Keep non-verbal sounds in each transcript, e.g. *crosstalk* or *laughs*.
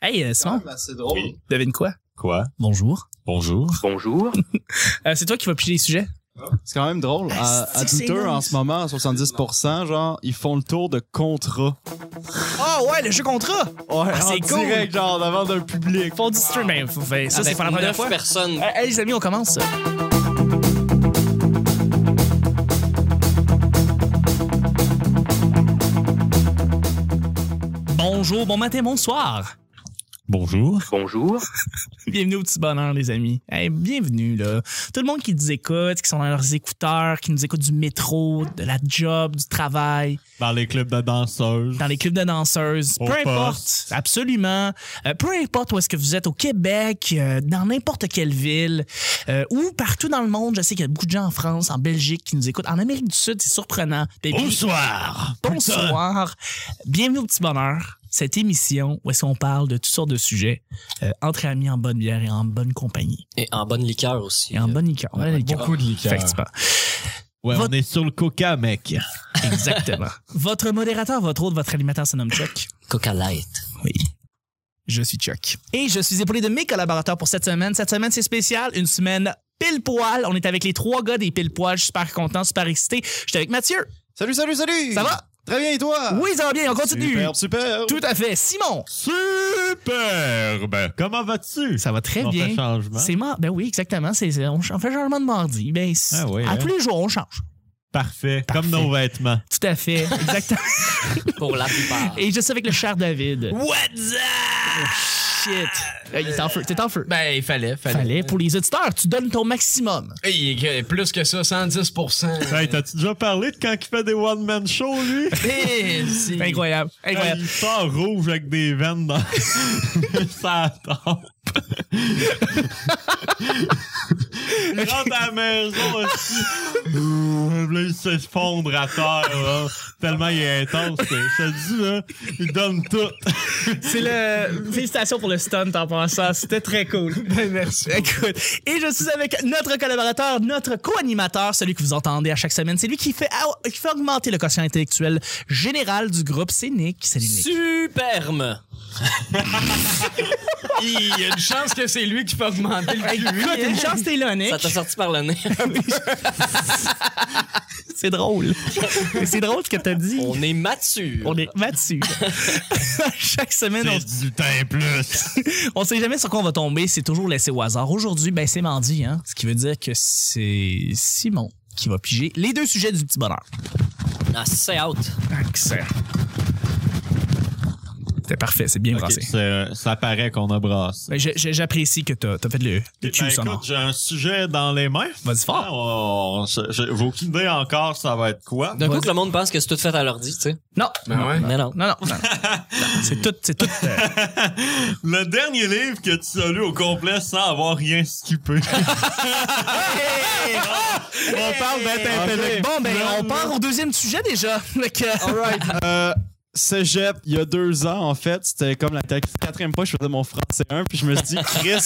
Hey, euh, Simon, Ah, bah, c'est drôle. Oui. devine quoi? Quoi? Bonjour. Bonjour. Bonjour. *laughs* Euh, c'est toi qui vas piger les sujets? Ah, C'est quand même drôle. À, à C'est Twitter, nice. en ce moment, à 70%, genre, ils font le tour de contrat. Ah ouais, le jeu contrat! Ouais, Ah, c'est en cool. direct, genre, devant un public. Font du stream, mais ben, faut- fait- ça, c'est Avec pour la première Ah, ben, neuf fois. Euh, personnes. Hey, hey, les amis, on commence. Bonjour, bon matin, *laughs* bonsoir. Bonjour. Bonjour. Bienvenue au petit bonheur, les amis. Hey, bienvenue, là. Tout le monde qui nous écoute, qui sont dans leurs écouteurs, qui nous écoute du métro, de la job, du travail, Dans les clubs de danseuses. dans les clubs de danseuses, Au peu poste. importe, absolument, Euh, peu importe où est-ce que vous êtes, au Québec, euh, dans n'importe quelle ville, euh, ou partout dans le monde. Je sais qu'il y a beaucoup de gens en France, en Belgique qui nous écoutent, en Amérique du Sud, c'est surprenant. Des- Oh, Bonsoir. Bonsoir. Bienvenue au petit bonheur. Cette émission où est-ce qu'on parle de toutes sortes de sujets euh, entre amis, en bonne bière et en bonne compagnie. Et en bonne liqueur aussi. euh, Et en bonne liqueur. Voilà, liqueur. Beaucoup de liqueurs. Effectivement. Ouais, Votre- on est sur le coca, mec. *laughs* Exactement. votre modérateur, votre hôte, votre animateur se nomme Chuck. Coca Light. Je suis Chuck. Et je suis épaulé de mes collaborateurs pour cette semaine. Cette semaine, c'est spécial. Une semaine pile poil. On est avec les trois gars des pile poil. Je suis super content, super excité. Je suis avec Mathieu. Salut, salut, salut! Ça va? Très bien, et toi? Oui, ça va bien. On continue. Superbe, superbe. Tout à fait. Simon. Superbe. Comment vas-tu? Ça va très On fait bien. changement. C'est mar- Ben oui, exactement. C'est, c'est- on, ch- on fait changement de mardi. Ben, c'est- Ah oui, à hein. tous les jours, on change. Parfait. Parfait. Comme nos vêtements. Tout à *laughs* fait. Exactement. Pour la plupart. Et je suis avec le cher David. Oh, What's up? Shit. Euh, Il est en feu. T'es en feu. Ben, il fallait, fallait. Fallait. Pour les auditeurs, tu donnes ton maximum. Hey, que- plus que ça, 110%. *laughs* Hey, t'as-tu déjà parlé de quand il fait des one-man shows, *laughs* lui? Hey, c'est- Incroyable. Hey, Incroyable. il sort rouge avec des veines dans *laughs* sa tempe. il rentre à la maison aussi. Ouh, Là, il se fondre à terre. là. Tellement il est intense. là. Je te dis, là, il donne tout. C'est le. Félicitations pour le stunt en passant. C'était très cool. merci. Écoute. Et je suis avec notre collaborateur, notre co-animateur, celui que vous entendez à chaque semaine. C'est lui qui fait, qui fait augmenter le quotient intellectuel général du groupe. C'est Nick. Salut Nick. Superbe. *laughs* Il y a une chance que c'est lui qui fait augmenter le Écoute, QI. une chance t'es là, Nick. Ça t'a sorti par le nez. C'est drôle. C'est drôle ce que t'as dit. On est mature. On est *laughs* battu. chaque semaine, on, C'est du temps plus. on sait jamais sur quoi on va tomber. C'est toujours laissé au hasard. Aujourd'hui, ben, c'est mardi, hein. Ce qui veut dire que c'est Simon qui va piger les deux sujets du petit bonheur. Ah, c'est out. Excellent. C'était parfait, c'est bien Ok, brassé. c'est- ça paraît qu'on a brassé. Mais j'ai- j'ai- J'apprécie que t'as as fait le, le Ben, cue écoute, sonore. j'ai un sujet dans les mains. Vas-y fort. Ah, on- on- je- je- J'ai aucune idée encore ça va être quoi. D'un coup que le monde pense que c'est tout fait à l'ordi, tu sais. Non. Ben ouais. Mais non. Non, non, non. Non, C'est tout, c'est tout. *laughs* euh, Le dernier livre que tu as lu au complet sans avoir rien skippé. on parle d'être intellect. Bon, ben, on part au deuxième sujet déjà. Fait que- Alright. Euh, cégep, il y a deux ans, en fait, c'était comme la ta- quatrième fois que je faisais mon français 1, puis je me suis dit, Chris, *laughs*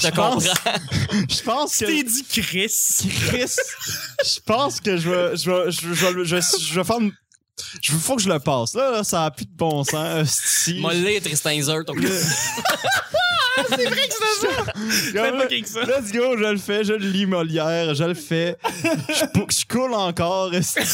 Je te pense- *laughs* comprends. je pense que. T'es dit Chris. Chris, je pense que je vais, je vais, je vais, je vais, je vais- je vais faire une. Je veux faut que je le passe. Là, là, ça a plus de bon sens. hostie. Mollé, Tristan Iser, ton Comme Fais là, pas kick ça. *laughs* Let's go, je le fais, je le lis Molière, je le fais. Je, pou- je coule encore. *laughs* esti. Là,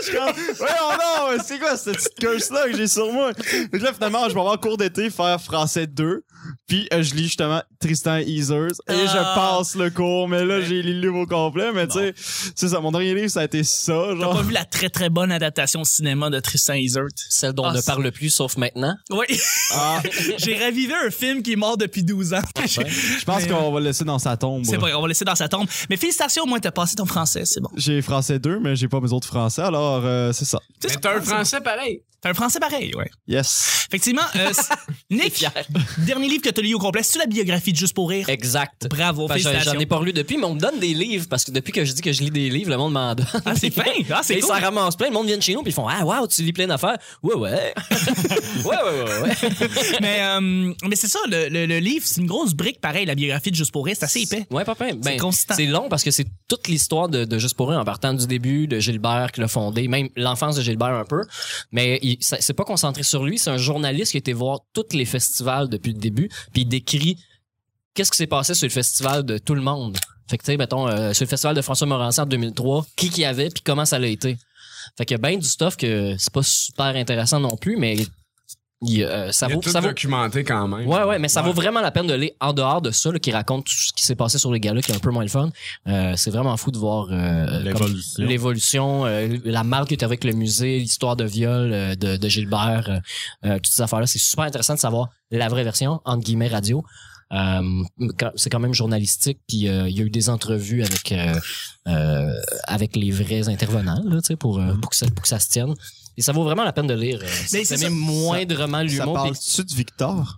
je suis comme, ouais, non, c'est quoi cette petite curse-là que j'ai sur moi? Fait que là, finalement, je vais avoir cours d'été faire français 2. Puis euh, je lis justement Tristan Easers Ah. et je passe le cours. Mais là, j'ai lu le livre au complet. Mais tu sais, c'est ça, mon dernier livre, ça a été ça. T'as Genre. pas vu la très très bonne adaptation au cinéma de Tristan Isert? Celle dont Ah, on ne c'est- parle plus, sauf maintenant. Oui. Ah, J'ai ravivé un film qui est mort depuis 12 ans. Je pense qu'on va le laisser dans sa tombe. C'est pas grave, on va laisser dans sa tombe. Mais félicitations, au moins, t'as passé ton français, c'est bon. J'ai français 2, mais j'ai pas mes autres français. Alors, euh, c'est ça. Tu sais, Mais t'as un français pareil. T'as un français pareil, ouais. Yes. Effectivement, *laughs* euh, c- Nick, Fier. dernier livre que t'as lu au complet, c'est la biographie de Juste pour rire. Exact. Bravo, Parce que J'en félicitations. ai pas relu depuis, mais on me donne des livres parce que depuis que je dis que je lis des livres, le monde m'en donne. Ah, c'est *laughs* fin! Ah, c'est Et cool. ça ramasse plein, le monde vient de chez nous puis ils font Ah, wow, tu lis plein d'affaires. Ouais, ouais. *laughs* ouais, ouais, ouais, ouais. Mais, euh, mais c'est ça, le, le- le livre, c'est une grosse brique, pareil, la biographie de Juste pour rire, c'est assez épais. Ouais, pas peine. Ben, C'est constant. C'est long parce que c'est toute l'histoire de, de Juste pour eux en partant du début, de Gilbert qui l'a fondé, même l'enfance de Gilbert un peu. Mais il- ça- c'est pas concentré sur lui, c'est un journaliste qui a été voir tous les festivals depuis le début, puis il décrit qu'est-ce qui s'est passé sur le festival de tout le monde. Fait que, tu sais, mettons, euh, sur le festival de François Morancy en 2003, qui qu'il y avait, puis comment ça l'a été. Fait qu'il y a bien du stuff que c'est pas super intéressant non plus, mais il, euh, ça, Il y a vaut, tout ça vaut. documenté quand même. Ouais, ouais, mais ça vaut vraiment la peine de lire en dehors de ça, là, qui raconte tout ce qui s'est passé sur les gars-là, qui est un peu moins le fun. Euh, c'est vraiment fou de voir euh, comme- L'évolution. l'évolution, euh, la marque qui était avec le musée, l'histoire de viol euh, de, de Gilbert, euh, euh, toutes ces affaires-là. C'est super intéressant de savoir la vraie version, entre guillemets, radio. Euh, quand- c'est quand même journalistique, puis euh, il y a eu des entrevues avec euh, euh, avec les vrais intervenants là, tu sais, pour, euh, pour, que ça, pour que ça se tienne. Et ça vaut vraiment la peine de lire. euh, Mais Si c'est vous ça- aimez moindrement Ça l'humour, puis- parle-tu de Victor?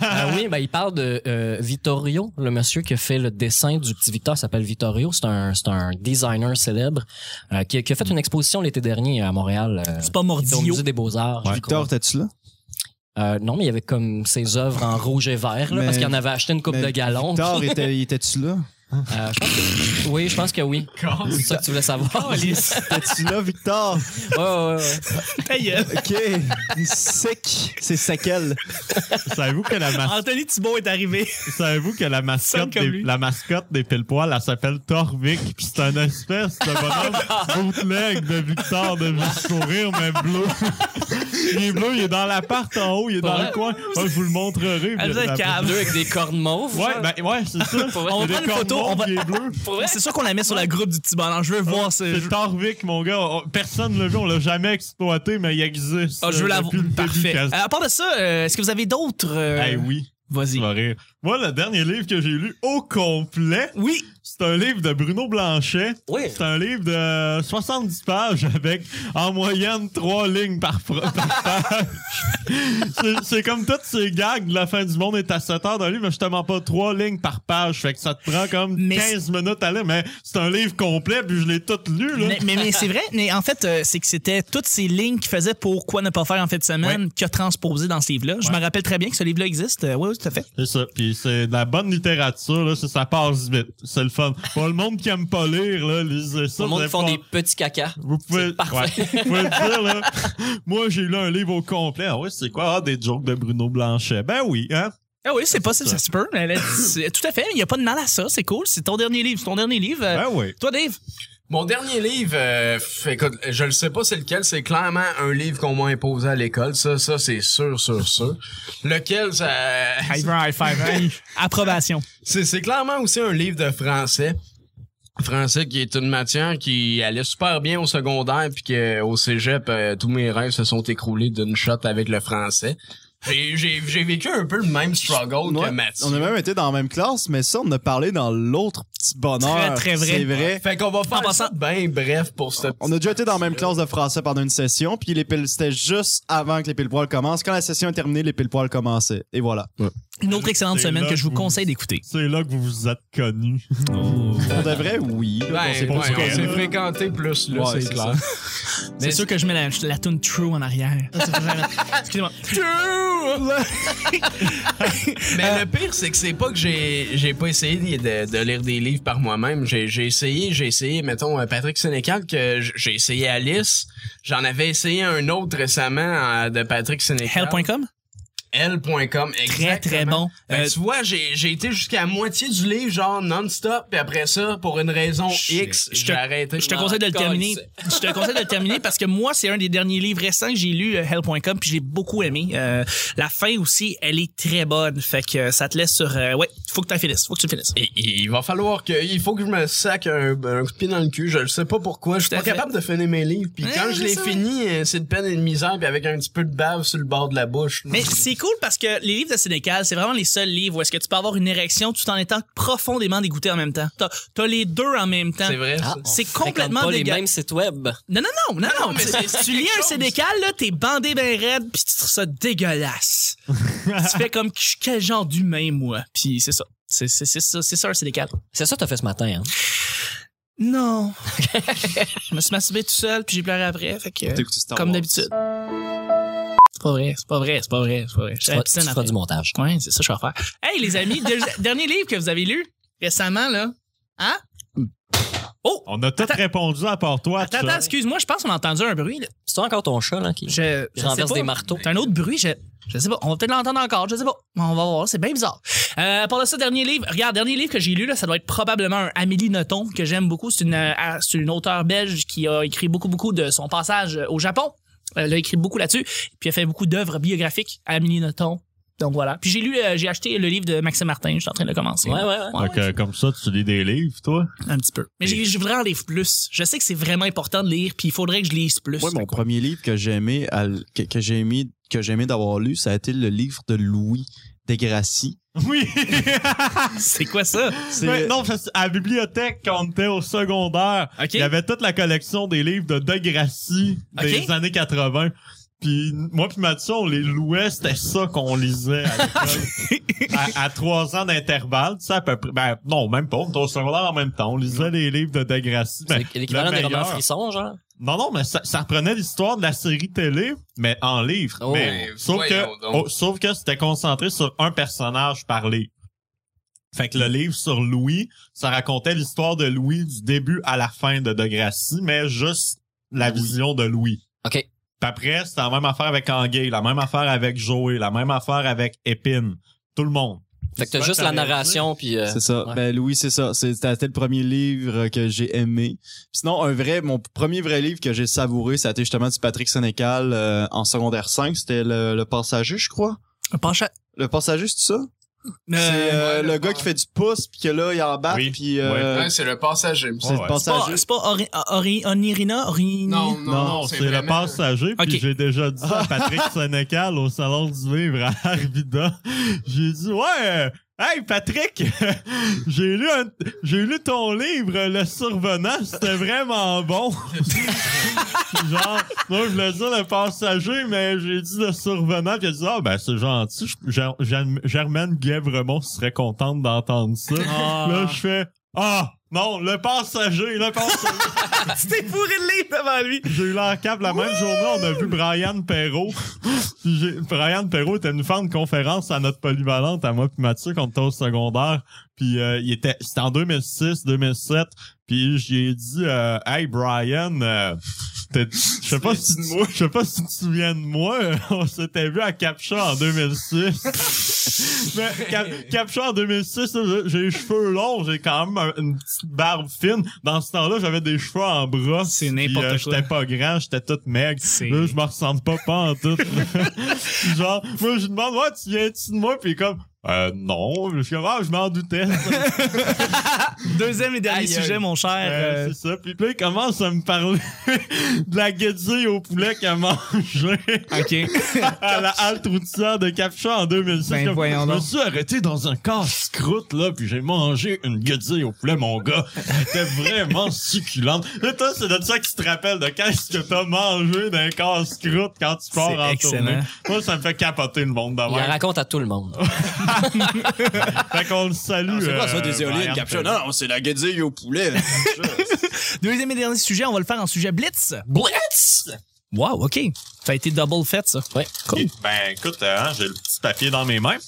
ah oui, ben, il parle de euh, Vittorio, le monsieur qui a fait le dessin du petit Victor, il s'appelle Vittorio. C'est un, c'est un designer célèbre euh, qui, a- qui a fait une exposition l'été dernier à Montréal. euh, C'est pas qui était au Mordio. musée des Beaux-Arts. je Victor, crois. t'es-tu là? Euh, non, mais il y avait comme ses œuvres en rouge et vert, là, Mais- parce qu'il en avait acheté une coupe mais de gallons. Victor, était- il était-tu là? Euh, je pense que- oui, je pense que oui. C'est ça que tu voulais savoir. Ouais, T'es-tu là, Victor? *laughs* ouais, ouais. Ta gueule. OK. Sec. C'est séquel. *laughs* Savez-vous que la mascotte, Anthony Thibault est *laughs* arrivé. savez-vous que la mascotte, Sonne comme des, lui. la mascotte des pile-poils, elle s'appelle Torvik, pis c'est un espèce de bonhomme *laughs* bootleg de Victor de Juste Sourire, mais bleu. il est bleu, il est dans l'appart en haut, il est Pas dans vrai? le coin. Ouais, je vous le montrerai. Elle puis est après- cave. Deux avec des cornes mauves. genre. Ouais, ben, ouais, c'est *laughs* ça. Pour vrai? Il y a On va prendre des une cornes photo, on mauves, va- il est bleu. Pour vrai? C'est sûr qu'on la met sur la groupe du petit ballon. Je veux voir ce. C'est Torvik, mon gars. On- Personne ne le vu, on l'a jamais exploité, mais il existe. Ah, je veux euh, la voir. depuis le début Parfait. quasi. Euh, à part de ça, euh, est-ce que vous avez d'autres. euh, Eh oui. Vas-y. Tu vas rire. Moi, le dernier livre que j'ai lu au complet, Oui. c'est un livre de Bruno Blanchet. Oui. C'est un livre de 70 pages avec en moyenne 3 lignes par, pro- *laughs* par page. C'est- c'est comme toutes ces gags de la fin du monde est à 7 heures d'un livre, mais justement pas 3 lignes par page. Fait que ça te prend comme Mais 15 minutes à lire, mais c'est un livre complet, puis je l'ai tout lu. Là. Mais, mais, mais c'est vrai, mais en fait, euh, c'est que c'était toutes ces lignes qu'il faisait pour quoi ne pas faire en fin de semaine qu'il a transposé dans ce livre-là. Je me rappelle très bien que ce livre-là existe. Euh, oui, oui, tout à fait. C'est ça. Puis c'est de la bonne littérature, là, ça, ça passe vite. C'est le fun. Pour le monde qui aime pas lire, là, lisez ça. Tout le vous monde allez font pas- des petits caca. Vous pouvez, C'est parfait. ouais. Vous pouvez le dire, là. Moi, j'ai lu un livre au complet. Ah ouais, c'est quoi? Ah, des jokes de Bruno Blanchet. Ben oui, hein? Ah oui, c'est possible, ça se peut. mais *coughs* là, c'est- tout à fait, il n'y a pas de mal à ça, c'est cool. C'est ton dernier livre, c'est ton dernier livre. Euh, Ben oui. Toi, Dave, Mon dernier livre, euh, f- écoute, je le sais pas c'est lequel, c'est clairement un livre qu'on m'a imposé à l'école, ça, ça c'est sûr, sûr, sûr. Lequel, ça... *laughs* *laughs* approbation. C'est, c'est clairement aussi un livre de français. Français qui est une matière qui allait super bien au secondaire puis que au cégep euh, tous mes rêves se sont écroulés d'une shot avec le français. J'ai, j'ai, j'ai vécu un peu le même struggle Ouais, que Mathieu. on a même été dans la même classe, mais ça, on en a parlé dans l'autre petit bonheur. Très, très vrai. C'est vrai. Fait qu'on va faire En passant- ça bien bref pour ce On a déjà été dans la même classe de français pendant une session, puis les piles- c'était juste avant que les pile poils commencent. Quand la session est terminée, les pile poils commençaient. Et voilà. Une autre excellente C'est semaine là que je vous que conseille d'écouter. C'est là que vous vous êtes connus. On devrait, oui. Ben, On s'est ouais, pas- on s'est fréquenté plus là, Ouais, c'est, c'est clair. C'est Ah, sûr que je mets la, la tune True en arrière. *laughs* Excusez-moi. Mais Euh, le pire, c'est que c'est pas que j'ai, j'ai pas essayé de, de- de lire des livres par moi-même. J'ai, j'ai essayé, j'ai essayé, mettons, euh, Patrick Sénécal, que j- j'ai essayé Alice. J'en avais essayé un autre récemment euh, de Patrick Sénécal. Hell.com? L.com, Très, très bon. Ben, Euh, tu vois, j'ai, j'ai été jusqu'à la moitié du livre, genre non-stop, puis après ça, pour une raison Shit. X, Je te- j'ai arrêté. Je te conseille de le Encore, terminer. il Je te conseille de le terminer parce que moi, c'est un des derniers livres récents que j'ai lu, euh, Hell.com, puis j'ai beaucoup aimé. Euh, la fin aussi, elle est très bonne. Fait que euh, ça te laisse sur. euh, ouais, faut que tu finisses. Faut que tu le finisses. Et- et il va falloir que il faut que je me sac un, un coup de pied dans le cul je ne sais pas pourquoi je suis Tout à pas fait. capable de finir mes livres puis Ouais, quand c'est je les ça. finis euh, c'est de peine et de misère puis avec un petit peu de bave sur le bord de la bouche Mais c'est cool parce que les livres de Sénécal, c'est vraiment les seuls livres où est-ce que tu peux avoir une érection tout en étant profondément dégoûté en même temps. T'as t'as les deux en même temps. c'est vrai ça. Ah, on C'est fréquente complètement pas les dégueu- mêmes sites web. Non, non, non, non, non. non, mais tu- c'est- tu lis un chose. sédécal, là, t'es bandé ben raide, puis tu trouves ça dégueulasse. tu fais comme, quel genre d'humain, moi? Puis c'est ça. C'est c'est- c'est ça, c'est ça, un sédécal. C'est ça que t'as fait ce matin, hein? Non. *laughs* je me suis masturbé tout seul, puis j'ai pleuré après, fait que... T'écoutes Star Comme Wars. d'habitude. C'est pas vrai, c'est pas vrai, c'est pas vrai, c'est pas vrai. Tu J'étais feras- piscine tu feras après. du montage. Ouais, c'est ça que je vais faire. *laughs* Hey, les amis, de- dernier livre que vous avez lu récemment, là. Hein? Oh! On a tout répondu à part toi, Attends, Chuck. attends, excuse-moi, je pense qu'on a entendu un bruit. là. C'est encore ton chat, là, qui Je, qui je sais renverse pas. des marteaux. C'est un autre bruit, je, je sais pas. On va peut-être l'entendre encore, je sais pas. Mais On va voir, c'est bien bizarre. Euh, pour ce dernier livre, regarde, dernier livre que j'ai lu, là, ça doit être probablement un Amélie Nothomb que j'aime beaucoup. C'est une, euh, ah, c'est une auteure belge qui a écrit beaucoup, beaucoup de son passage euh, au Japon. Elle a écrit beaucoup là-dessus. Puis elle a fait beaucoup d'œuvres biographiques à Amélie Nothomb. Donc voilà. Puis j'ai lu, euh, j'ai acheté le livre de Maxime Martin. Je suis en train de le commencer. Ouais, ouais, ouais. Ouais, Fait que, comme ça, tu lis des livres, toi? Un petit peu. Mais j'ai- je voudrais en lire plus. Je sais que c'est vraiment important de lire, puis il faudrait que je lise plus. Moi, mon premier livre que j'ai aimé, à l- que, que j'ai aimé, que j'ai aimé d'avoir lu, ça a été le livre de Louis Degrassi. *laughs* Oui! *laughs* C'est quoi ça? C'est- Ouais, non, parce que à la bibliothèque, quand on était au secondaire, OK. il y avait toute la collection des livres de Degrassi des OK. années 80. Puis moi puis Mathieu, on les louait, c'était ça qu'on lisait à l'école. à, à trois ans d'intervalle, tu sais, à peu près. Ben non, même pas, on était au secondaire en même temps. On lisait les livres de Degrassi. Ben, C'est l'équivalent le des romans meilleur. frissons, genre. Non, non, mais ça, ça reprenait l'histoire de la série télé, mais en livre. Oh. mais, Mais sauf, que, voyons donc. oh, sauf que c'était concentré sur un personnage par livre. Fait que le Hmm. livre sur Louis, ça racontait l'histoire de Louis du début à la fin de Degrassi, mais juste la vision de Louis. OK. Puis après, c'était la même affaire avec Anguille, la même affaire avec Joey, la même affaire avec Épine. Tout le monde. Fait que t'as J'espère juste que la t'as narration, puis... euh, C'est ça. ouais. Ben Louis, c'est ça. C'est- C'était le premier livre que j'ai aimé. Sinon, un vrai, mon premier vrai livre que j'ai savouré, ça a été justement du Patrick Sénécal euh, en secondaire 5. C'était le, le Passager, je crois. Un penchant. Le Passager, c'est ça? Euh, c'est euh, ouais, le le gars pas- qui fait du pouce, puis que là, il embarque, Oui. puis... euh, Ouais, c'est le passager. me C'est semble. le Ouais. C'est pas, Passager. c'est pas Ori- Ori- Onirina? Orini- Non, non, non, c'est c'est le vraiment- passager. Puis Ok. j'ai déjà dit à Patrick *laughs* Sénécal au Salon du Livre à Arvida. J'ai dit, ouais, euh, hey Patrick, *laughs* j'ai lu, un- j'ai lu ton livre, euh, Le Survenant, c'était vraiment bon. *laughs* genre, moi je voulais dire le passager, mais j'ai dit le survenant, puis il a dit, ah ben c'est gentil, je- Ger- Germ- Germaine Guévremont serait contente d'entendre ça. Ah. Là, je fais, ah, non, le passager, le passager. C'était pourri le livre devant lui. J'ai eu l'air cap la même journée, on a vu Brian Perrault. Puis j'ai- Brian Perrault était venu faire une conférence à notre polyvalente, à moi puis Mathieu, quand on était au secondaire. Puis euh, il était, c'était en 2006, 2007. Puis j'ai dit, euh, hey Brian, euh, t'es- je sais pas si tu, je sais pas si tu te souviens de moi, *laughs* on s'était vu à Captcha en 2006. Mais Cap- Captcha en 2006, là, j'ai les cheveux longs, j'ai quand même un- une petite barbe fine. Dans ce temps-là, j'avais des cheveux en brosse. C'est puis, n'importe euh, quoi. J'étais pas grand, j'étais toute maigre. C'est- Là, je me ressemble pas pas en tout. *laughs* Genre, moi, je lui demande, ouais, tu viens-tu de moi? Puis il est comme, euh, non. Je suis comme, ah, je m'en *laughs* doutais. Deuxième et dernier Aïe, aïe. sujet, mon cher. Euh, c'est ça. Puis là, il commence à me parler *laughs* de la guédille au poulet qu'elle mangeait euh, OK. *laughs* *laughs* à la halte routière de Capcha en 2006. Ben, Comme, voyons je me donc. suis arrêté dans un casse-croûte, là, puis j'ai mangé une guédille au poulet, mon gars. Elle était vraiment succulente. Là, toi, c'est de ça qui te rappelle de qu'est-ce que t'as mangé d'un casse-croûte quand tu pars C'est en excellent. tournée. Moi, ça me fait capoter le monde Il la d'avant. raconte à tout le *laughs* monde. Fait qu'on le Ah, salue. euh, Brian Perrault. Non, c'est la guédille au poulet. *laughs* Deuxième et dernier sujet, on va le faire en sujet blitz. Blitz! Wow, OK. Ça a été double fait, ça. Ouais. Cool. Ben, écoute, euh, hein, j'ai le petit papier dans mes mains.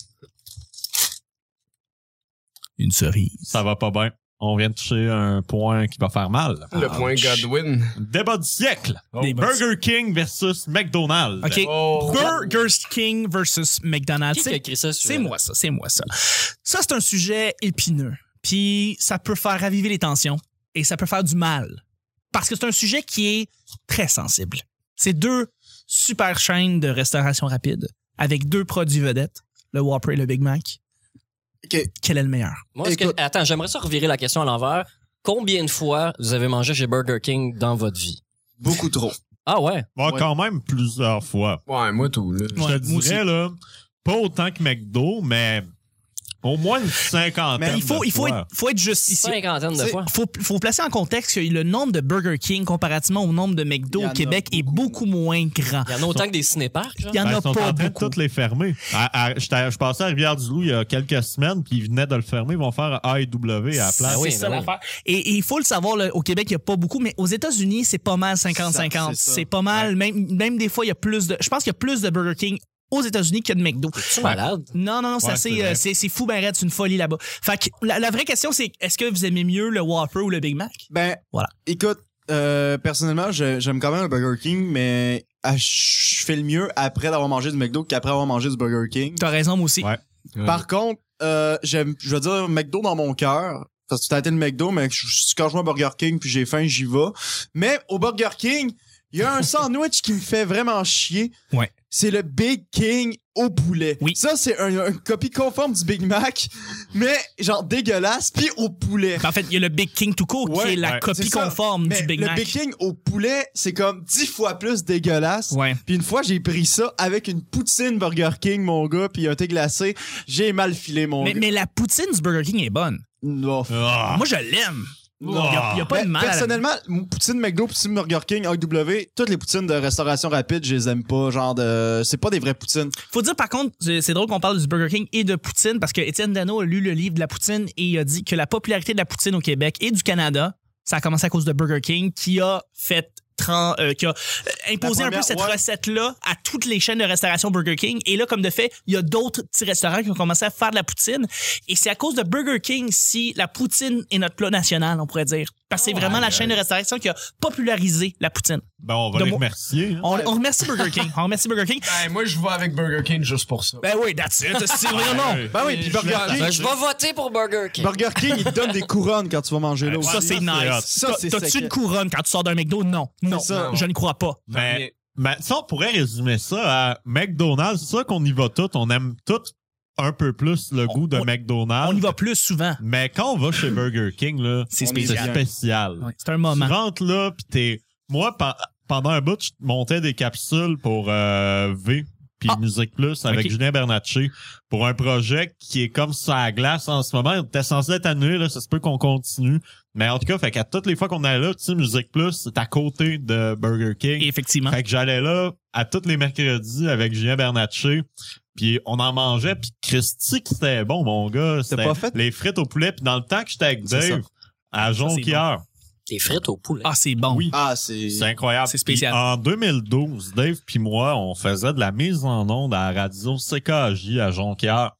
Une cerise. Ça va pas bien. On vient de toucher un point qui va faire mal. Le Ah, point Godwin. Débat du siècle. Débat du- Burger King versus McDonald's. OK. Oh. Burger King versus McDonald's. Qui qui a écrit ça? euh, ce Ah, C'est sujet-là? moi ça, c'est moi ça. Ça, c'est un sujet épineux. Puis ça peut faire raviver les tensions et ça peut faire du mal. Parce que c'est un sujet qui est très sensible. C'est deux super chaînes de restauration rapide avec deux produits vedettes, le Whopper et le Big Mac. OK. Quel est le meilleur? Moi, est-ce que- Écoute. Attends, j'aimerais ça revirer la question à l'envers. Combien de fois vous avez mangé chez Burger King dans votre vie? Beaucoup trop. Ah ouais? Bon, Ouais. quand même plusieurs fois. Ouais, moi tout, là. Ouais, Je te moi dirais, là, pas autant que McDo, mais au moins une cinquantaine. Mais Ben, il faut, de il faut, fois. être, faut être juste ici. Cinquantaine de C'est- fois. Faut, faut placer en contexte que le nombre de Burger King comparativement au nombre de Il McDo y en au a Québec est beaucoup moins grand. Il y en a autant que des cinéparcs. genre. Il y en Ben, a ils sont pas en train beaucoup. de toutes les fermer. À- à- j'étais- je passais à Rivière-du-Loup il y a quelques semaines, puis ils venaient de le fermer. Ils vont faire AEW à la place. Ah oui, c'est ça ben oui. l'affaire. Et et il faut le savoir, là, au Québec, il n'y a pas beaucoup, mais aux États-Unis, c'est pas mal Ça, 50-50. c'est ça. C'est pas mal. Même, même des fois, il y a plus de. Je pense qu'il y a plus de Burger King aux États-Unis qu'il y a de McDo. Tu malade? Non, non, non, ça, Ouais, c'est, c'est euh, vrai. c'est, c'est fou, ben raide, c'est une folie là-bas. Fait que la, la vraie question, c'est est-ce que vous aimez mieux le Whopper ou le Big Mac? Ben, Voilà. écoute, euh, personnellement, je- j'aime quand même le Burger King, mais ah, je fais le mieux après d'avoir mangé du McDo qu'après avoir mangé du Burger King. T'as raison, moi aussi. Ouais. Par contre, euh, j'aime, je veux dire McDo dans mon cœur. Parce que tu été le McDo, mais je- je- quand je vois Burger King puis j'ai faim, j'y vais. Mais au Burger King, il *laughs* y a un sandwich qui me fait vraiment chier. Ouais. C'est le Big King au poulet. Oui. Ça, c'est un, une copie conforme du Big Mac, mais genre dégueulasse, puis au poulet. En fait, il y a le Big King tout court qui Ouais, est la ouais, copie c'est ça. conforme Mais du Big Ben, le Mac. Big King au poulet, c'est comme dix fois plus dégueulasse. Ouais. Puis une fois, j'ai pris ça avec une poutine Burger King, mon gars, puis un thé glacé. J'ai mal filé, mon Mais, gars. mais la poutine du Burger King est bonne. Non. Ah. Moi, je l'aime. Il n'y a, y a pas Ben, de mal. à la- Personnellement, mon poutine McDo, poutine Burger King, AW, toutes les poutines de restauration rapide, je les aime pas. Genre de. C'est pas des vraies poutines. Faut dire par contre, c'est c'est drôle qu'on parle du Burger King et de Poutine parce que Étienne Dano a lu le livre de la Poutine et il a dit que la popularité de la Poutine au Québec et du Canada, ça a commencé à cause de Burger King qui a fait tran- euh, qui a euh, imposé La un peu première, cette ouais. recette-là à toutes les chaînes de restauration Burger King. Et là, comme de fait, il y a d'autres petits restaurants qui ont commencé à faire de la poutine. Et c'est à cause de Burger King si la poutine est notre plat national, on pourrait dire. Parce que c'est vraiment la chaîne de restauration qui a popularisé la poutine. Ben, on va de les mon- remercier. hein. On, on remercie Burger King. On remercie Burger King. Ben, moi, je vais avec Burger King juste pour ça. Ben oui, that's it. C'est vrai, non. Ouais. Ben oui, puis Je Burger l'aime. King. Ben, je vais voter pour Burger King. Burger King, ils te donnent des couronnes quand tu vas manger là Ouais, aussi. Ça, c'est ça, c'est hot. nice. Ça, T'as- c'est T'as-tu sec. une couronne quand tu sors d'un McDo? Non. Non. C'est ça. Je ne crois pas. Ben, ben, ça, on pourrait résumer ça à McDonald's. C'est ça qu'on y va tous. On aime tous un peu plus le goût de on- McDonald's. On y va plus souvent. Mais quand on va chez Burger King, là, C'est On est spécial. bien. spécial. Ouais, C'est un Tu moment. rentres là, pis t'es. Moi, pe- pendant un bout, je montais des capsules pour euh, V puis Ah. Musique Plus avec Ok. Julien Bernatchez pour un projet qui est comme ça à glace en ce moment. Il était censé être annulé, là, ça se peut qu'on continue. Mais en tout cas, fait qu'à toutes les fois qu'on allait là, tu sais, Musique Plus, c'est à côté de Burger King. Et Effectivement. Fait que j'allais là à tous les mercredis avec Julien Bernatchez. Puis on en mangeait, puis Christy, que c'était bon, mon gars. C'était pas fait? les frites au poulet. Puis dans le temps que j'étais avec C'est ça. Dave, à Jonquière, Des frites au poulet. Ah, c'est bon. Oui. Ah, c'est. c'est incroyable. C'est spécial. Puis en 2012, Dave puis moi, on faisait de la mise en onde à la radio CKJ à Jonquière.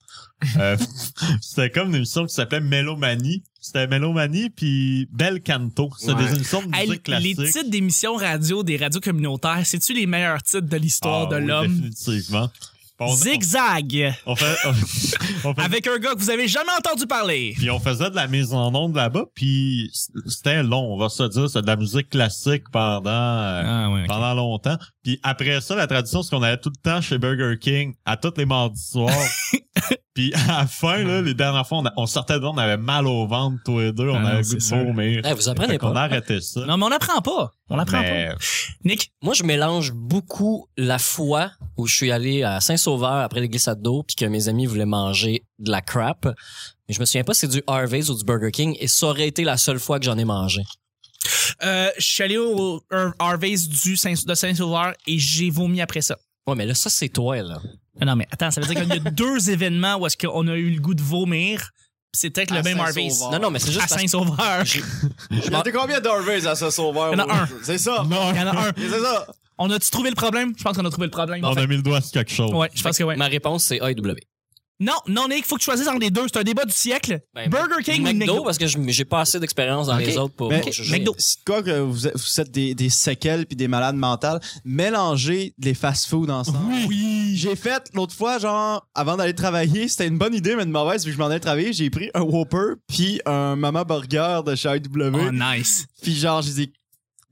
Euh, *laughs* c'était comme une émission qui s'appelait Mélomanie. C'était Mélomanie puis Bel Canto. C'était Ouais. des émissions de Hey, musique les classique. titres d'émissions radio des radios communautaires, c'est-tu les meilleurs titres de l'histoire Ah de oui, l'homme? Définitivement. Puis on- on- Zigzag! on fait- *laughs* on fait- Avec un gars que vous avez jamais entendu parler. Puis on faisait de la mise en onde là-bas, puis c'était long, on va se dire, c'était de la musique classique pendant euh, ouais. pendant longtemps. Puis après ça, la tradition, c'est qu'on allait tout le temps chez Burger King à tous les mardis soirs. puis à la fin, là, les dernières fois, on, a- on sortait de là, on avait mal au ventre tous les deux, on non, avait c'est le goût sûr. de vomir. Eh, vous Fait apprenez qu'on pas. arrêtait ça. Non, mais on n'apprend pas. On n'apprend Mais- pas. Nick, Moi, je mélange beaucoup la fois où je suis allé à Saint-Sauveur après les glissades d'eau puis que mes amis voulaient manger de la crap. Mais je me souviens pas si c'est du Harvey's ou du Burger King et ça aurait été la seule fois que j'en ai mangé. euh, je suis allé au au Harvey's du Saint- de Saint-Sauveur et j'ai vomi après ça. Ouais, mais là, ça, c'est toi, là. Ah Non, mais attends, ça veut dire qu'il y a deux événements où est-ce qu'on a eu le goût de vomir. pis C'est peut-être le À même Saint-Sauveur. Harvey's. Non, non, mais c'est juste À parce que Saint-Sauveur. j'ai- Il y en a combien d'Harvey's à ce sauveur? Il y en a moi? un. C'est ça. Non, Il y en a un. C'est ça. On a-tu trouvé le problème? Je pense qu'on a trouvé le problème. on Fait- a mis le doigt sur quelque chose. Ouais, je pense que ouais. ma réponse, c'est AEW. Non, non, Nick, faut que tu choisisses entre les deux. C'est un débat du siècle. Ben, Burger King ou McDo, McDo? parce que je- j'ai pas assez d'expérience dans Ok. les autres pour, Mais- pour juger. McDo. C'est quoi que vous êtes, vous êtes des, des séquelles puis des malades mentales? Mélangez les fast-food ensemble. Oui. J'ai fait l'autre fois, genre, avant d'aller travailler, c'était une bonne idée, mais une mauvaise, vu que je m'en allais travailler, j'ai pris un Whopper puis un Mama Burger de chez IW. Oh, nice. Puis genre, j'ai dit,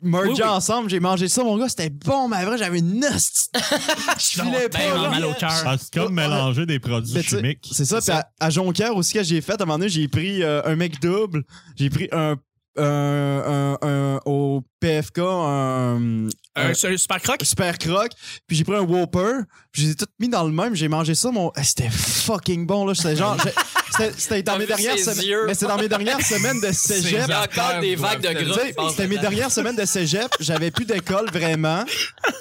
Oui, merge oui. ensemble, j'ai mangé ça, mon gars, c'était bon, mais après, j'avais une hostie. *laughs* Je filais pas, là. mal au cœur. Ah, c'est comme mélanger des produits Mais tu sais, chimiques. C'est ça, puis à, à Jonquière aussi, que j'ai fait, à un moment donné, j'ai pris euh, un mec double, j'ai pris un, un- un- un- au PFK, un, Un seul super croc. super croc, puis j'ai pris un Whopper, puis j'ai tout mis dans le même, j'ai mangé ça, mon... eh, c'était fucking bon, là, c'était *laughs* genre... j'ai- c'était- C'était dans, T'as mes vu dernières ses semaines- yeux? mais c'était dans mes dernières semaines *laughs* de cégep. Il y a encore des vagues de Tu gras. sais, qui passent C'était mes dedans. dernières semaines de cégep, j'avais plus d'école vraiment.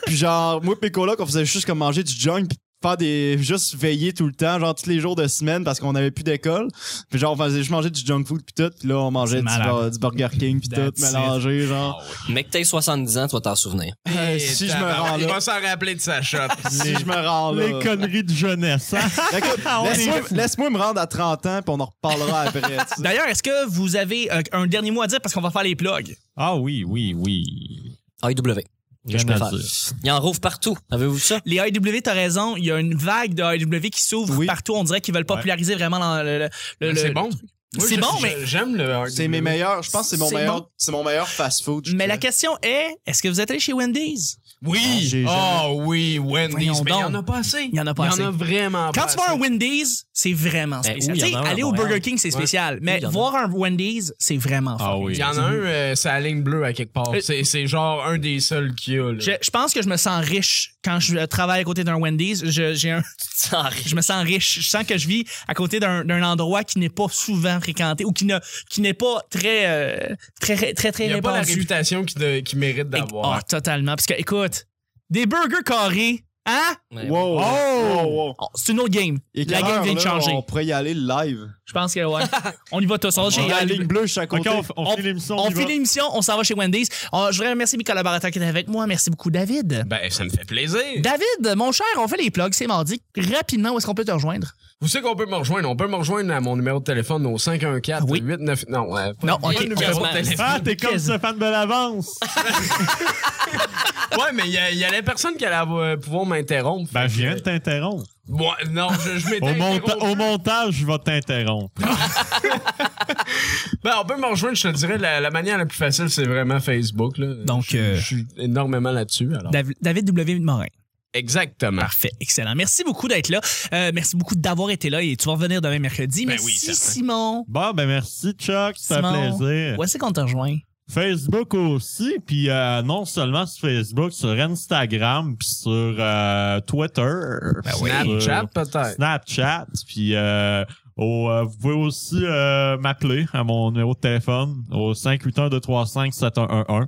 Puis genre, moi et Pécola, on faisait juste comme manger du junk puis faire des juste veiller tout le temps genre tous les jours de semaine parce qu'on avait plus d'école puis genre on faisait je mangeais du junk food puis tout puis là on mangeait C'est du, malade. genre, du Burger King puis tout That's it. Ah mélangé genre Mais que t'aies 70 ans, tu vas t'en souvenir. Euh, si je me tabarnak, rends Il là. va s'en rappeler de sa shot. si je me rends là Les conneries de jeunesse, hein? Écoute, Ah laisse-moi laisse-moi me rendre à 30 ans puis on en reparlera après tu *laughs* sais. D'ailleurs, est-ce que vous avez euh, un dernier mot à dire parce qu'on va faire les plugs? Ah oui, oui, oui. IW. Que je Rien à préfère. dire. *laughs* Il en rouvre partout. Avez-vous vu ça? *laughs* Les IW, t'as raison, il y a une vague de IW qui s'ouvre Oui. partout. On dirait qu'ils veulent populariser vraiment dans le. le- le- Ben, C'est le- bon. Moi, C'est je- bon, je- mais- J'aime le. c'est mes meilleurs je pense que c'est mon C'est meilleur bon. c'est mon meilleur fast food je Mais la dirais. question est, est-ce que vous êtes allé chez Wendy's? Ah, Oui. j'ai Ah oui, Wendy's. Voyons Mais il y en donc. a pas assez. Il y en a pas assez. Il y en a vraiment Quand pas tu vas à un assez. Wendy's, c'est vraiment Ben spécial. oui, il y en Tu sais, a un à aller au Montréal. Burger King, c'est spécial. Mais il y en a. voir un Wendy's, c'est vraiment Ah fun. oui. Il y en a un, euh, c'est la ligne bleue à quelque part. Euh, C'est c'est genre un des seuls qu'il y a. là. Je, je pense que je me sens riche quand je euh, travaille à côté d'un Wendy's. Je, j'ai *laughs* un, Ça arrive. je me sens riche. Je sens que je vis à côté d'un, d'un endroit qui n'est pas souvent fréquenté ou qui, ne, qui n'est pas très, euh, très, très, très, très Il n'y a pas la répandu. réputation qu'il de- qu'il mérite Et- d'avoir. Ah, totalement. Parce que, écoute, des burgers carrés, hein? Mais- wow wow, wow. Oh, c'est une autre game. Et La quelle game heure, vient de là, changer. On pourrait y aller live. Je pense que, *laughs* ouais. on y va tous. On, va chez- On a la ligne bleue chaque Ok, côté. on, f- on On- finit l'émission. on y va. finit l'émission, on s'en va chez Wendy's. On- je voudrais remercier mes collaborateurs qui étaient avec moi. Merci beaucoup, David. Ben, ça me fait plaisir. David, mon cher, on fait les plugs, c'est mardi. Rapidement, où est-ce qu'on peut te rejoindre? Vous savez qu'on peut me rejoindre. On peut me rejoindre à mon numéro de téléphone au 514 Oui. 89 Non, euh, pas- Non, pas ok, le numéro on se de *laughs* met- téléphone. Ah, t'es comme Qu'est-ce- Stéphane Bellavance. Ouais, mais il y, a- il y a la personne qui allait avoir- pouvoir m'interrompre. Ben, Fait je viens que- de t'interrompre. Ouais, non, je, je m'étais Au, monta- interrompu. au montage, je vais t'interrompre. Ben, on peut me rejoindre, je te dirais, la, la manière la plus facile, c'est vraiment Facebook. Là. Donc, je, euh, je suis énormément là-dessus. Alors. Dav- David W. Morin. Exactement. Parfait, excellent. Merci beaucoup d'être là. Euh, merci beaucoup d'avoir été là et tu vas revenir demain mercredi. Ben merci, oui, certain. Simon. Bon, ben merci, Chuck. C'était Simon. un plaisir. Où est-ce qu'on te rejoint? Facebook aussi, puis euh, non seulement sur Facebook, sur Instagram, puis sur euh, Twitter. Ben sur, Snapchat, euh, peut-être. Snapchat, puis euh, au, euh, vous pouvez aussi euh, m'appeler à mon numéro de téléphone au 581-235-7111.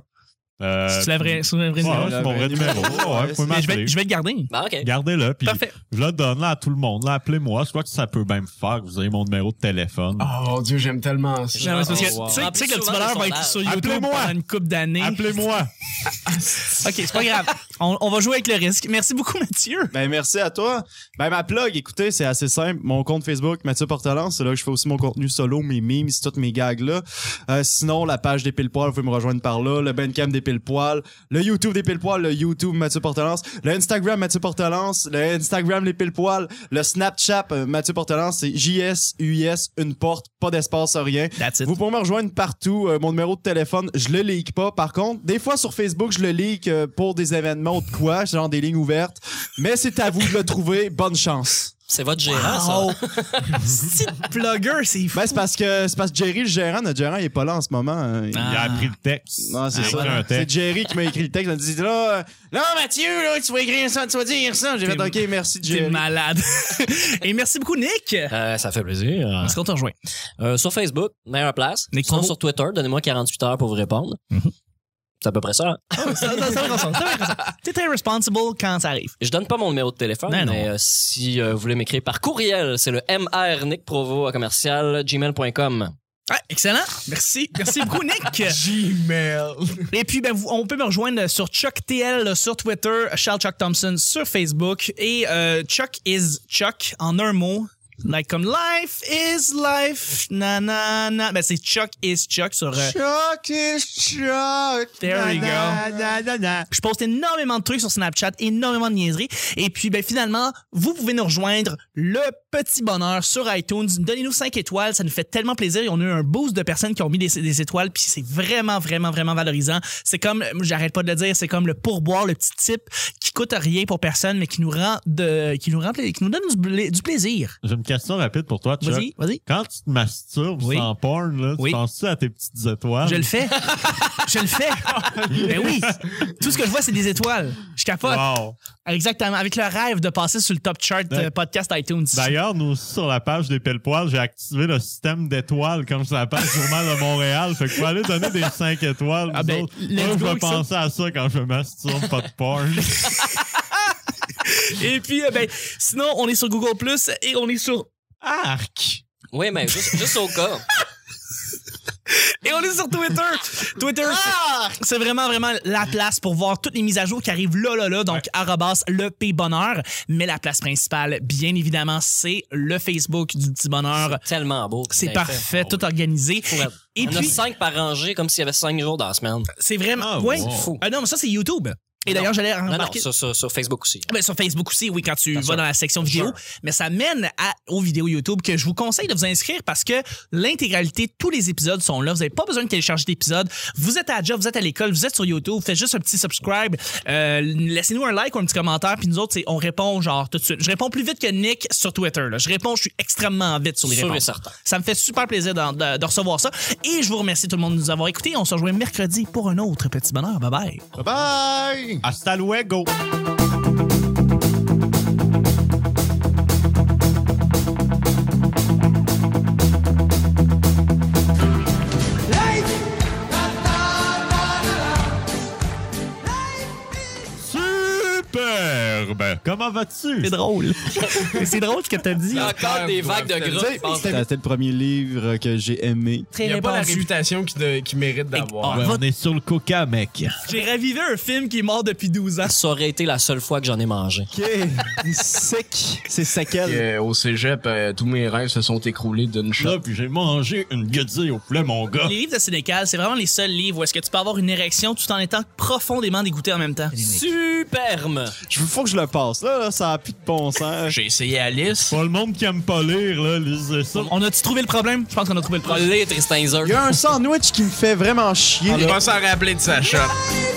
Euh, C'est la vraie, c'est la vraie Ouais, numéro. ouais, c'est mon vrai Numéro. numéro. Ouais, vous pouvez Mais je, vais, m'appeler. je vais le garder. Ben, ok. Gardez-le, puis Parfait. je le donne là, à tout le monde. là. Appelez-moi, je crois que ça peut bien me faire que vous ayez mon numéro de téléphone. Ah, Oh mon Dieu, j'aime tellement ça. Non, mais c'est parce que Oh, wow. tu sais- tu sais que le petit Souvent, bonheur va son être âge. sur YouTube Appelez-moi. pendant une couple d'années. Appelez-moi! OK, c'est pas grave. On, on va jouer avec le risque. Merci beaucoup, Mathieu. Ben, merci à toi. Ben, ma plug, écoutez, c'est assez simple. Mon compte Facebook, Mathieu Portalance, c'est là que je fais aussi mon contenu solo, mes memes, toutes mes gags-là. Euh, sinon, la page des pile-poils, vous pouvez me rejoindre par là. Le Bandcamp des pile-poils, le YouTube des pile-poils, le YouTube Mathieu Portalance, le Instagram Mathieu Portalance, le Instagram les pile-poils, le Snapchat euh, Mathieu Portalance, c'est JSUS, une porte, pas d'espace, rien. That's it. Vous pouvez me rejoindre partout. Euh, mon numéro de téléphone, je le leak pas. Par contre, des fois sur Facebook, je le leak euh, pour des événements ou de quoi, genre des lignes ouvertes. Mais c'est à vous de le trouver. Bonne chance. C'est votre gérant, ça. Wow. Petit plugger, c'est fou. Ben, c'est parce que c'est parce que Jerry, le gérant, notre gérant, il est pas là en ce moment. hein. Il- Ah. Il a appris le texte. Non, c'est Ah, Il a ça. écrit un C'est texte. Jerry qui m'a écrit le texte. Il m'a dit là, euh, non Mathieu, là, tu vas écrire ça, tu vas dire ça. J'ai fait T'es- ok, *laughs* merci T'es Jerry. malade. *laughs* Ah. Et merci beaucoup, Nick. Euh, ça fait plaisir. Est-ce qu'on te rejoint? Euh, sur Facebook, meilleure place. Nick Sinon, Provo. sur Twitter, donnez-moi 48 heures pour vous répondre. C'est à peu près ça. hein. Ah, Ça- ça- ça va comme ça, ça va comme ça. T'es très responsible quand ça arrive. Je donne pas mon numéro de téléphone, Non, non. mais euh, si euh, vous voulez m'écrire par courriel, c'est le mr Nick Provo à commercial gmail.com. Ouais, Ah, excellent. Merci. Merci beaucoup, Nick. *laughs* Gmail. Et puis, ben, vous- on peut me rejoindre sur Chuck TL sur Twitter, Charles Chuck Thompson sur Facebook et euh, Chuck is Chuck en un mot. Like comme life is life, na na na. Ben, c'est Chuck is Chuck sur. euh, Choc is choc. There you go. Na, na, na, na. Je poste énormément de trucs sur Snapchat, énormément de niaiseries. Et puis, ben, finalement, vous pouvez nous rejoindre le petit bonheur sur iTunes. Donnez-nous 5 étoiles. Ça nous fait tellement plaisir. Et on a eu un boost de personnes qui ont mis des, des étoiles. Puis c'est vraiment, vraiment, vraiment valorisant. C'est comme, j'arrête pas de le dire, c'est comme le pourboire, le petit type qui coûte rien pour personne, mais qui nous rend de, qui nous rend, pla- qui nous donne du, bla- du plaisir. J'ai une question rapide pour toi, Chuck. Vas-y, vas-y. Quand tu te masturbes Oui. sans porn, là, Oui. tu penses-tu à tes petites étoiles? Je le *laughs* fais. je le fais. Ben oui. Tout ce que je vois, c'est des étoiles. Je capote. Wow. Exactement. Avec le rêve de passer sur le top chart Ouais. Ben. euh, podcast iTunes. D'ailleurs, nous aussi, sur la page des pelle-poils, j'ai activé le système d'étoiles comme sur la page du Journal de Montréal. Fait que faut aller donner des 5 étoiles. Ah nous ben, autres. let's Moi, je go vais avec ça. *laughs* penser à ça quand je me masturbe, pas de porn. *laughs* Et puis, euh, ben, sinon, on est sur Google Plus et on est sur Arc! Oui, mais juste, juste au cas. et on est sur Twitter. *laughs* Twitter, c'est- c'est vraiment vraiment la place pour voir toutes les mises à jour qui arrivent là là là. Donc arrobas le P bonheur, mais la place principale, bien évidemment, c'est le Facebook du petit bonheur. Tellement beau. C'est bien parfait, fait. Ah tout organisé. Pour être- Et on a puis, cinq par rangée, comme s'il y avait cinq jours dans la semaine. c'est vraiment Ah, ouais. wow. Fou. Ah non, mais ça c'est YouTube. Et Non. d'ailleurs, j'allais Non, non, remarquer. sur, sur- sur Facebook aussi. Ben, sur Facebook aussi, oui, quand tu vas sûr. dans la section vidéo. Mais ça mène à, aux vidéos YouTube que je vous conseille de vous inscrire parce que l'intégralité, tous les épisodes sont là. Vous n'avez pas besoin de télécharger d'épisodes. Vous êtes à la job, vous êtes à l'école, vous êtes sur YouTube. Faites juste un petit subscribe. Euh, Laissez-nous un like ou un petit commentaire. Puis nous autres, c'est- on répond genre tout de suite. Je réponds plus vite que Nick sur Twitter. Là. Je réponds, je suis extrêmement vite sur les Sûr et réponses. certain. Ça me fait super plaisir d'en- de, de recevoir ça. Et je vous remercie tout le monde de nous avoir écoutés. On se rejoint mercredi pour un autre petit bonheur. Bye bye. Bye bye! Hasta luego! Superbe! Comment vas-tu? C'est drôle. *laughs* c'est drôle ce que t'as dit. Il y a encore des vagues de Tu gros. sais, qui passent. C'était c'était le premier livre que j'ai aimé. Très Il n'y a pas la répandu. réputation qui, de- qui mérite d'avoir. Ah, Ouais, va- on est sur le coca, mec. J'ai ravivé un film qui est mort depuis 12 ans. Ça aurait été la seule fois que j'en ai mangé. *laughs* Ok, sec, c'est Puis, séquel. euh, au cégep, euh, tous mes rêves se sont écroulés d'une shot. Là, puis j'ai mangé une guedille au poulet, mon gars. Les livres de Sénécal, c'est vraiment les seuls livres où est-ce que tu peux avoir une érection tout en étant profondément dégoûté en même temps. Superbe! Je veux faut que je le passe. Là, là, ça a plus de bon sens. J'ai essayé Alice. Pas le monde qui aime pas lire, là, lisez ça. On a-tu trouvé le problème? Je pense qu'on a trouvé le problème. Allez, Tristan Zer. Ah, Il y a un sandwich qui me fait vraiment chier. Il va s'en rappeler de sa shot. Life